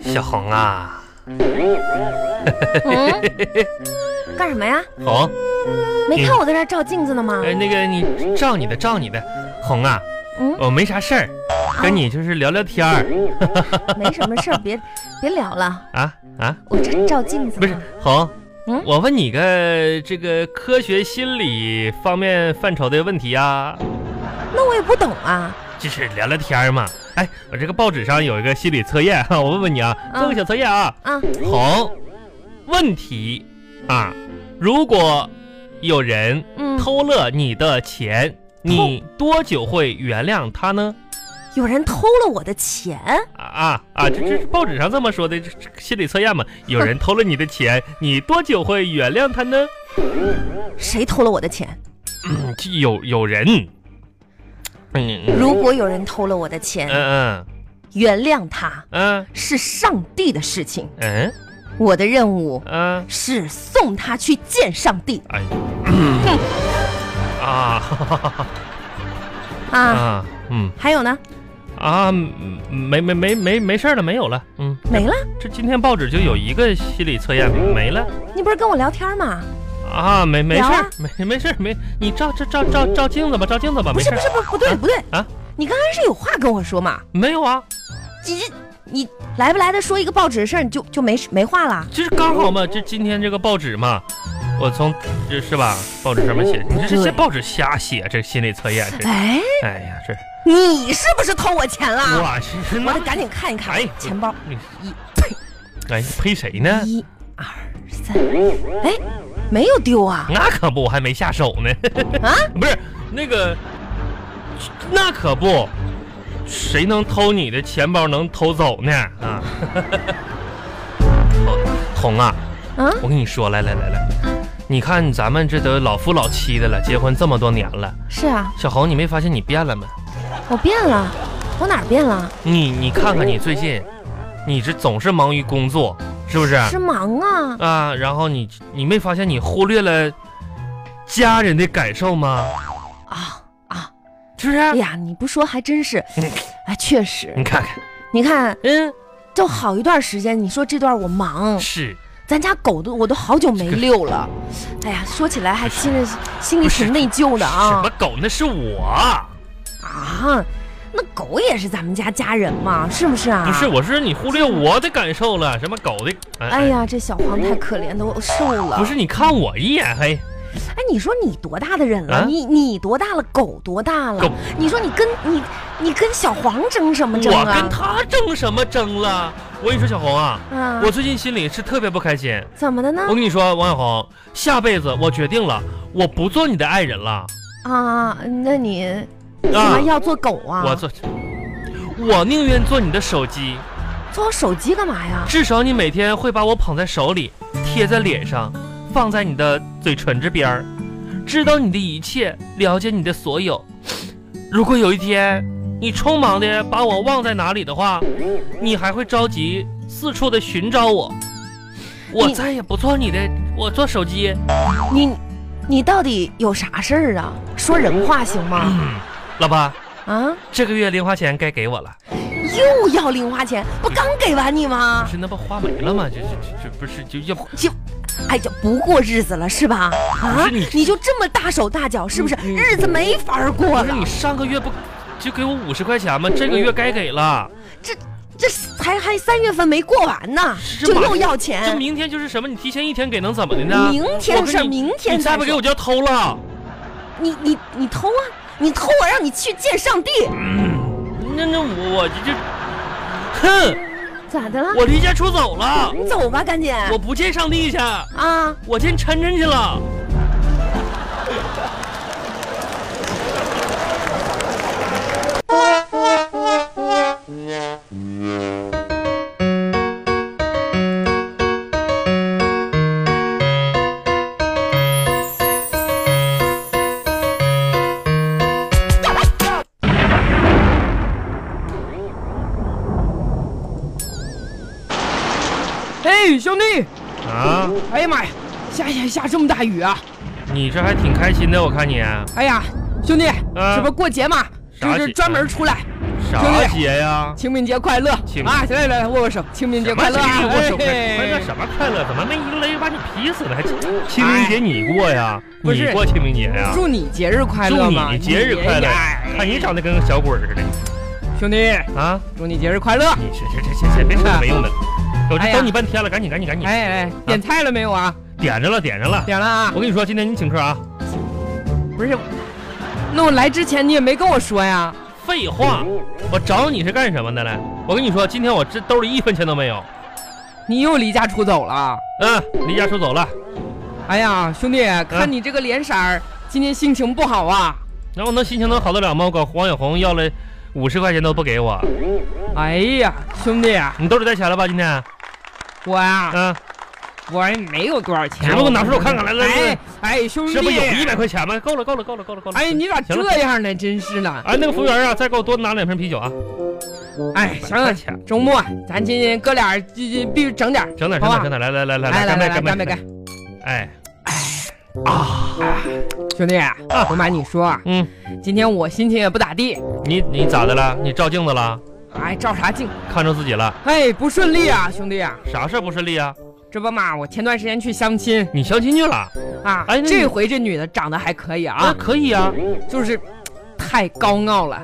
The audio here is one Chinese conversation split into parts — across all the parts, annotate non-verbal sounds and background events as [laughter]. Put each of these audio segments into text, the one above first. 小红啊，嗯，干什么呀？红，没看我在这儿照镜子呢吗？呃，那个你照你的照你的，红啊，嗯，啊我没啥事儿，哎跟你就是聊聊天儿没什么事儿，别别聊了，啊啊，我这照镜子呢不是红嗯，我问你个这个科学心理方面范畴的问题啊，那我也不懂啊。就是聊聊天儿嘛。哎，我这个报纸上有一个心理测验， [laughs] 我问问你啊，嗯做个小测验啊。啊，红，问题啊，如果有人嗯，偷了你的钱，你多久会原谅他呢？有人偷了我的钱，啊啊啊！这这是报纸上这么说的，这这心理测验嘛。有人偷了你的钱，你多久会原谅他呢？谁偷了我的钱？嗯，这有有人，嗯嗯如果有人偷了我的钱，嗯原谅他嗯是上帝的事情，嗯我的任务嗯，是送他去见上帝哎，啊哈哈哈啊。啊，嗯还有呢？啊，嗯没没没没没事儿了，没有了，嗯。没了？这今天报纸就有一个心理测验没了你不是跟我聊天吗？啊，没没事聊儿啊，没没事儿，没你照照照照照镜子吧，照镜子吧，不没是事不儿是不是不对不对啊，你刚开始有话跟我说嘛？没有啊，你这你来不来的说一个报纸的事儿，你就就没没话了？就是刚好嘛，这今天这个报纸嘛，我从这是吧，报纸上面写，你这这些哦对报纸瞎写，啊这心理测验这，哎，哎呀，这你是不是偷我钱了？我是我那得赶紧看一看哎钱包。你一哎呸谁呢？一二三，哎，没有丢啊？那可不，我还没下手呢， [laughs] 啊，不是那个，那可不，谁能偷你的钱包能偷走呢？啊， [laughs] 红啊，啊，我跟你说，来来来来，你看咱们这都老夫老妻的了，结婚这么多年了，是啊，小红，你没发现你变了吗？我变了，我哪儿变了？你你看看你最近，你这总是忙于工作，是不是？是忙啊，啊，然后你你没发现你忽略了家人的感受吗？啊啊！是不是？哎呀，你不说还真是嗯，哎，确实，你看看，你看，嗯，就好一段时间，你说这段我忙，是咱家狗都我都好久没遛了，哎呀，说起来还心里心里挺内疚的什啊么狗？那是我，啊！那狗也是咱们家家人嘛，是不是啊？不是，，我是你忽略我的感受了，什么狗的？哎哎，呀，这小黄太可怜的，我瘦了。不是，，你看我一眼，嘿，哎，你说你多大的人了？啊你你多大了？狗多大了狗？你说你跟你你跟小黄争什么争我啊？跟他争什么争了？我跟你说，小红啊，啊，我最近心里是特别不开心。怎么的呢我？跟你说，王小红，下辈子我决定了，我不做你的爱人了。啊，那你怎么要做狗啊？我做，我宁愿做你的手机，做我手机干嘛呀？至少你每天会把我捧在手里，贴在脸上，放在你的嘴唇这边儿，知道你的一切，了解你的所有。如果有一天你匆忙的把我忘在哪里的话，你还会着急四处的寻找我。我你再也不做你的，我做手机。你你到底有啥事儿啊？说人话行吗？嗯老婆，啊，这个月零花钱该给我了，又要零花钱，不刚给完你吗不？是那不花没了吗？这这这这不是就要就，哎呀，不过日子了是吧？不啊是你，嗯你就这么大手大脚，是不是？你日子没法儿过不是了你，上个月不就给我五十块钱吗？这个月该给了，这还还三月份没过完呢，是就吧又要这钱。明天就是什么？你提前一天给能怎么的呢？嗯明天我跟事儿你明天你再不再说给我就要偷了。你你你偷啊！你偷我让你去见上帝，那那我我这这，哼，咋的了？我离家出走了，你走吧，赶紧我不见上帝去，啊！我见晨晨去了。嘿，哎兄弟！啊，哎呀妈呀，下下下这么大雨啊！你这还挺开心的，我看你。哎呀，兄弟，嗯这不过节嘛，啥就节是专门出来啥节呀？清明节快乐！清啊，来来来，握握手，清明节快乐啊！什么清明节哎快乐什么快乐？怎么没一个雷把你劈死了？还清清明节你过呀？不是你过清明节呀？祝你节日哎快祝乐你嘛！节日快乐！看你长得跟个小鬼儿似的兄弟，啊！祝你节日快乐！你这这这这这别说了没用的，我哎这呀等你半天了，赶紧赶紧赶紧，哎哎，点菜了没有啊？点着了点着了。点了啊！我跟你说，今天你请客啊！不是，那我来之前你也没跟我说呀？废话，我找你是干什么的嘞？我跟你说，今天我这兜里一分钱都没有。你又离家出走了？嗯，离家出走了。哎呀，兄弟，看嗯你这个脸色儿，今天心情不好啊！然后能心情能好得了吗？我管黄小红要了五十块钱都不给我，哎呀，兄弟，你兜里带钱了吧？今天，啊我呀，嗯，我没有多少钱，行了我拿出来我看看来来来哎哎，兄弟，这不有一百块钱吗？够了，够了，够了，够了，够了。哎，你咋行了这样呢？真是的！哎，那个服务员啊，再给我多拿两瓶啤酒啊！哎，行了，钱，周末咱今天哥俩必须必须整点儿，整点，整好点，整吧点，来来来来干来来杯，来，干干杯干干！！哎，兄弟，啊我瞒你说，啊啊嗯，今天我心情也不咋地，你你咋的了？你照镜子了？哎，照啥镜？看着自己了？哎，不顺利啊，兄弟啊，啥事儿不顺利啊？这不嘛，我前段时间去相亲你相亲去了？啊哎那，你这回这女的长得还可以啊，啊，可以啊。就是太高傲了，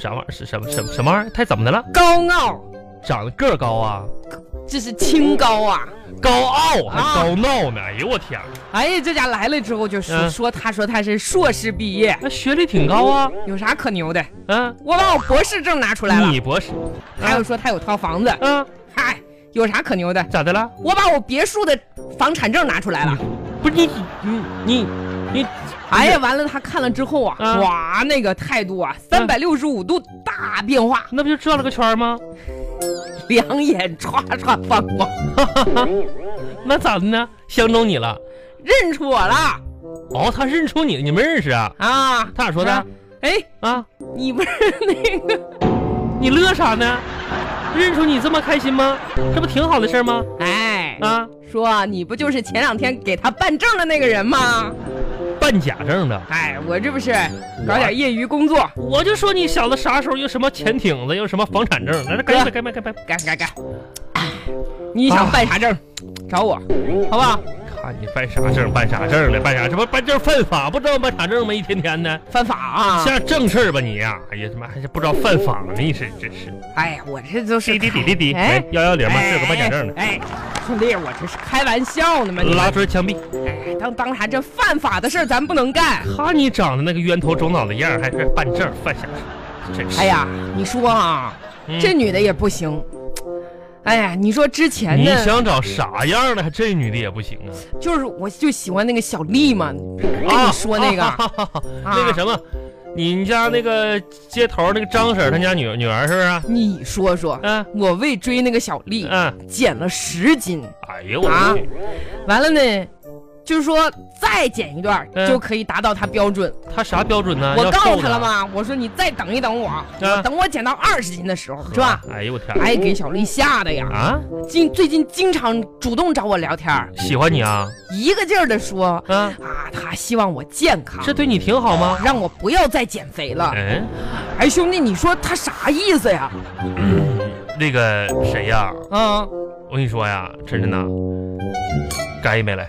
啥玩意儿？是什么什么什么玩意儿？太怎么的了？高傲，长得个儿高啊？这是清高啊！高傲还啊高闹呢？哎呦我天，哎呀，这家来了之后就说嗯说她说她是硕士毕业，那学历挺高啊？有啥可牛的？嗯，我把我博士证拿出来了，你嗯博士？还有说她有套房子，嗯，嗨，有啥可牛的？咋的了？我把我别墅的房产证拿出来了。不是你你你你，哎呀，完了，他看了之后啊，嗯哇，那个态度啊，嗯三百六十五度大变化，那不就转了个圈儿吗？两眼唰唰放光， [laughs] 那咋的呢？相中你了？认出我了哦，他认出你，你们认识啊？啊！他咋说的啊？哎，啊，你不是那个？你乐啥呢？认出你这么开心吗？这不挺好的事儿吗？哎，啊，说你不就是前两天给他办证的那个人吗？办假证的，哎，我这不是搞点业余工作，我就说你小子啥时候又什么潜艇子，又什么房产证，来来，该买该买该买。干干干！哎你想办啥证，找我，好不好？看你办啥证办啥证的，办啥这不办证犯法，不知道办啥证吗？一天天的，犯法啊！像正事儿吧你呀、哎呀他妈还是不知道犯法呢，你是真是。哎呀，我这都是滴滴滴滴滴，哎哎，幺幺零嘛，这有个办假证的，哎，哎兄弟，我这是开玩笑呢嘛，你拉出来枪毙。哎，当当啥这犯法的事儿咱不能干。看你长得那个冤头肿脑的样儿，还是办证犯傻事，真是。哎呀，你说啊，嗯，这女的也不行。哎呀，你说之前你呢，想找啥样的？还这女的也不行啊。就是我就喜欢那个小丽嘛， [laughs] 跟你说那个啊啊哈哈哈那个什么，你你家那个街头那个张婶儿她家女女儿是不是啊？你说说，嗯我为追那个小丽，嗯，减了十斤，哎呦我啊去，完了呢，就是说再减一段嗯就可以达到她标准。她啥标准呢？我要告瘦诉的她了？吗？我说你再等一等我，啊，等我减到二十斤的时候，是吧？？哎呦我天哎，给小丽吓的呀！啊，近最近经常主动找我聊天儿，喜欢你啊？一个劲儿的说啊，啊，她希望我健康，这对你挺好吗？让我不要再减肥了。嗯，哎，兄弟，你说她啥意思呀？那个谁呀？啊，我跟你说呀，晨晨呐，该没来。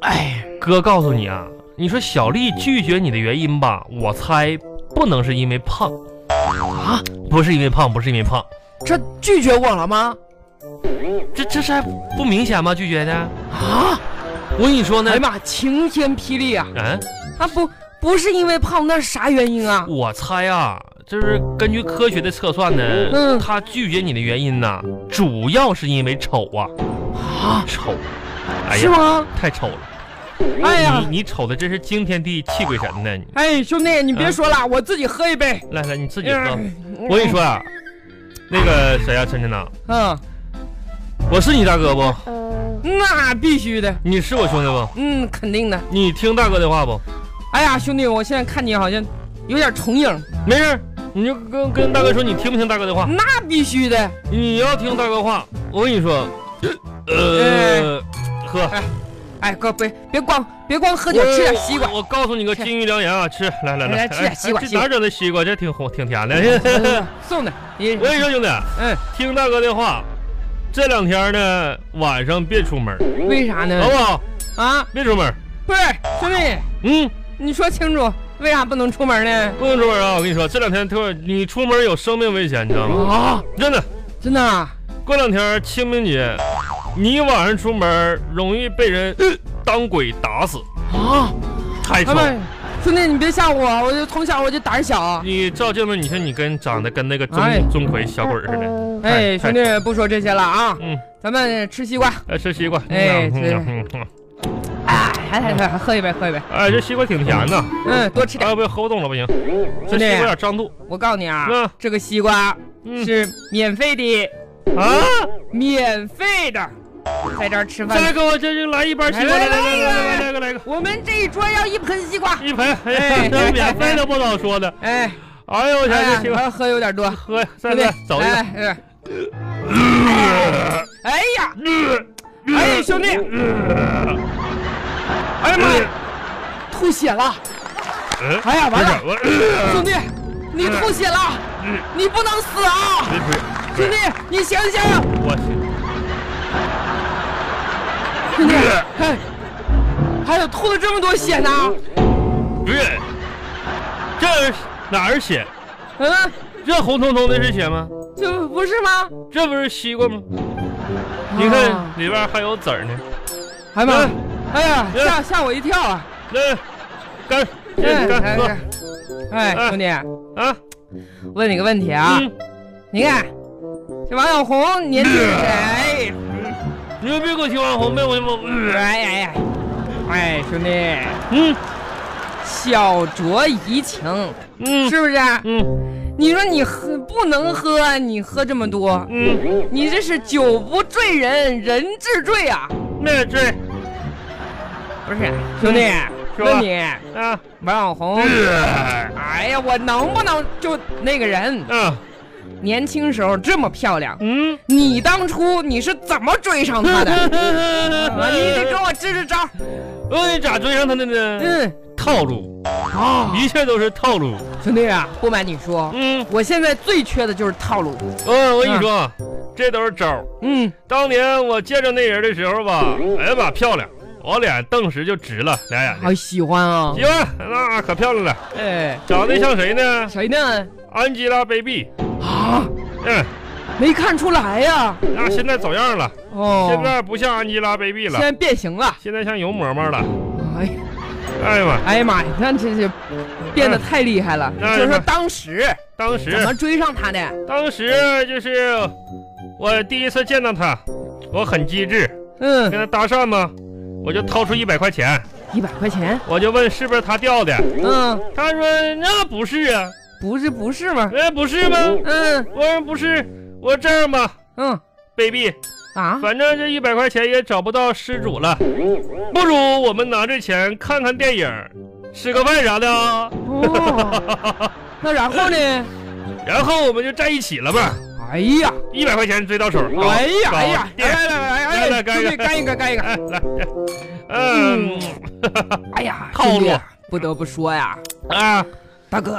哎，哥告诉你啊，你说小丽拒绝你的原因吧，我猜不能是因为胖啊，不是因为胖，不是因为胖，这拒绝我了吗？这这是还不明显吗？拒绝的，啊，我跟你说呢哎呀，妈，晴天霹雳啊！嗯，啊不，不是因为胖，那是啥原因啊？我猜啊，就是根据科学的测算呢，嗯他拒绝你的原因呐，主要是因为丑啊，啊，丑，哎是呀，嗯吗？太丑了，哎呀，你你丑的真是惊天地泣鬼神的，你哎，兄弟，你啊别说了，我自己喝一杯。来来你自己喝，嗯我跟你，说啊，那个谁啊呀、晨晨呐，嗯，我是你大哥不？那必须的，你是我兄弟不？嗯，肯定的。你听大哥的话不？哎呀，兄弟，我现在看你好像有点重影，没事儿，你就跟跟大哥说，你听不听大哥的话？那必须的。你要听大哥话，我跟你说，呃，喝，哎哥，别别光别光喝酒，吃点西瓜。我我告诉你个吃金玉良言啊，吃，来来来来，吃点哎西瓜哎这西瓜哪整的西瓜？这挺红，挺甜的。嗯 [laughs] 送的，你我跟你说，兄弟，嗯，听大哥的话，这两天呢，晚上别出门，为啥呢好？不好？啊，别出门。不是兄弟，嗯，你说清楚，为啥不能出门呢？不能出门啊！我跟你说，这两天特你出门有生命危险，你知道吗？啊，真的，真的啊，过两天清明节，你晚上出门容易被人呃当鬼打死，啊太他臭。们兄弟，你别吓唬我，我就从小我就胆小。啊你照镜子，你看你跟长得跟那个钟哎钟馗小鬼儿似的。哎，兄太弟，不说这些了啊，嗯，咱们吃西瓜。来吃西瓜。哎嗯这嗯嗯哎，还还还喝一杯，喝一杯。哎，这西瓜挺甜的，嗯，多吃点。哎，不齁动了不行，这兄西弟瓜有点胀肚。我告诉你啊嗯，这个西瓜嗯是免费的，啊，免费的，在这儿吃再来饭。给我这就来一半西瓜，来来来来来来来来来个来个我们这一桌要一盆西瓜。一盆，哎呀，哎这免费的不早说的。哎，哎呦我天，这哎西呀，瓜我喝有点多。喝，再兄弟来，走一个。哎哎哎呀，哎兄弟，哎呀妈呀，吐血了！嗯哎呀完了不是我兄弟，你吐血了，你不能死啊！不是不兄弟是，你啊醒醒！我去，兄弟，哎，还有吐了这么多血呢，不是，这哪儿血？嗯，这红彤彤的是血吗？这不是吗？这不是西瓜吗？你看里边还有籽儿呢。哎呀妈呀，哎呀，嗯吓吓我一跳啊！那干哎这干喝哎哎，哎兄弟，啊！问你个问题啊，嗯，你看这王小红年纪，哎，嗯你们别给我提网红呗，我我哎呀呀，哎，兄弟，嗯小酌怡情，嗯是不是？嗯你说你喝不能喝，你喝这么多，嗯，你这是酒不醉人人自醉啊！那这不是，兄弟，嗯说吧嗯问你，啊王小红，哎呀，我能不能就那个人啊年轻时候这么漂亮？嗯，你当初你是怎么追上她的？ [laughs] [laughs] 啊哎你得给我支支招。我哎你咋追上他的呢？嗯，套路，啊，一切都是套路。兄弟啊，不瞒你说，嗯，我现在最缺的就是套路。我我跟你说啊，这都是招儿。嗯，当年我见着那人的时候吧，哎呀妈，漂亮，我脸顿时就直了，俩眼睛。好喜欢啊。行，那可漂亮了，哎，长得像谁呢？谁呢？安吉拉 baby。啊，嗯，没看出来呀、那现在走样了。哦，现在不像安吉拉 baby 现了，在变形了。现在像容嬷嬷了。哎呀，哎呀妈！哎呀妈呀，那真是变得太厉害了。那就是说当时当怎时么追上他的？当时就是我第一次见到他，我很机智，跟嗯，他搭讪嘛，我就掏出一百块钱，一百块钱。我就问是不是他掉的，嗯，他说那不是啊，不是不是吗？那不是吗？嗯我说不是，我说这样吧嗯，baby，啊，反正这一百块钱也找不到失主了，不如我们拿着钱看看电影，吃个饭啥的啊， [laughs] 哦，那然后呢？然后我们就站一起了吧。哎呀，一百块钱追到手，搞哎呀，哎呀，搞定来来来来来来来，干一干个一干一个，哎干一个。嗯哎呀，套路兄弟，不得不说呀，啊，大哥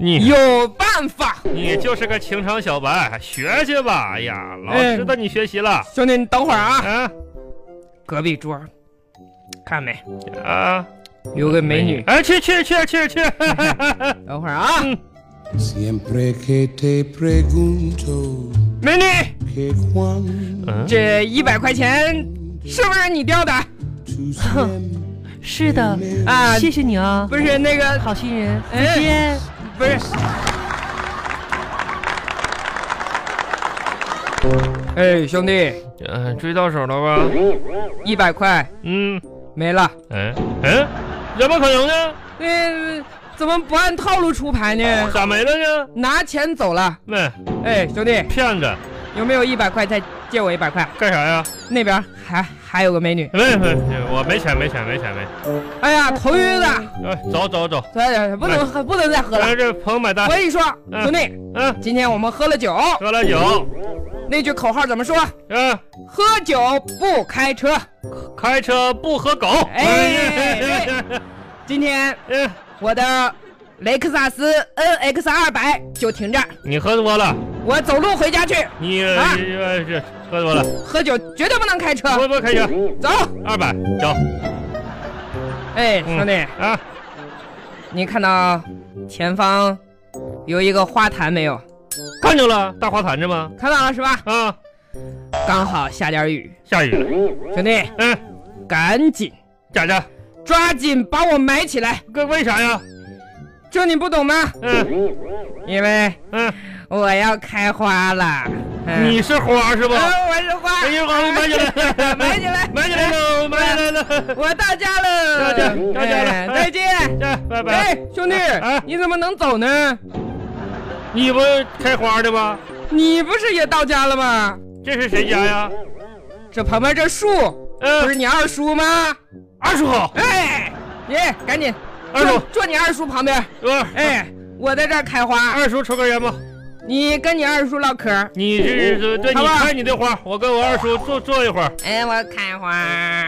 你有办法，你就是个情场小白，学去吧！哎呀，老哎知道你学习了兄弟，你等会儿啊，啊隔壁桌，看没，啊！有个美女， [laughs] 哎，去去去去 [laughs] 去！等会儿啊， Siempre que te pregunto 美女， que cuando [laughs] 嗯，这一百块钱是不是你掉的？ siempre 是的，啊，谢你啊，不是那个，好心人，哎见。不是。哎，兄弟，嗯，追到手了吧？一百块嗯没了。嗯嗯，怎么可能呢？嗯，怎么不按套路出牌呢？咋没了呢？拿钱走了。喂，哎，兄弟，骗子，有没有一百块？再借我一百块。干啥呀？那边还还有个美女。喂喂，我没钱没钱没钱没，哎呀，头晕了，哎，走走走，哎，不能喝，不能再喝了。来这朋友买单我，跟你说，哎嗯兄弟，嗯，今天我们喝了酒，喝了酒，那句口号怎么说？嗯，喝酒不开车。开车不喝狗。哎哎今天嗯，我的雷克萨斯 NX 二百就停这儿，你喝多了，我走路回家去。你啊呃这喝多了，喝酒绝对不能开车，不不开车，走。二百走。哎，嗯兄弟，啊，你看到前方有一个花坛没有？看见了，大花坛子吗？看到了是吧？啊，刚好下点雨，下雨了，兄弟，嗯，赶紧咋的？抓紧把我埋起来，哥为啥呀？这你不懂吗？嗯因为嗯，我要开花了。嗯你是花是吧？啊，我是花，哎呀，花埋起 [laughs] 来， [laughs] 埋起来，埋起来喽，埋起来 [laughs] 了。我到家了，到家到家了哎再见。这拜哎拜。，兄弟啊，你怎么能走呢？你不是开花的吗？你不是也到家了吗？这是谁家呀？这旁边这树不是嗯，你二叔吗？二叔好，哎，爷，赶紧二叔坐坐你二叔旁边。呃，哎，我在这儿开花，二叔抽根烟吧。你跟你二叔唠嗑。你是对，对好你吧哎开你的花，我跟我二叔坐坐一会儿。哎，我开花。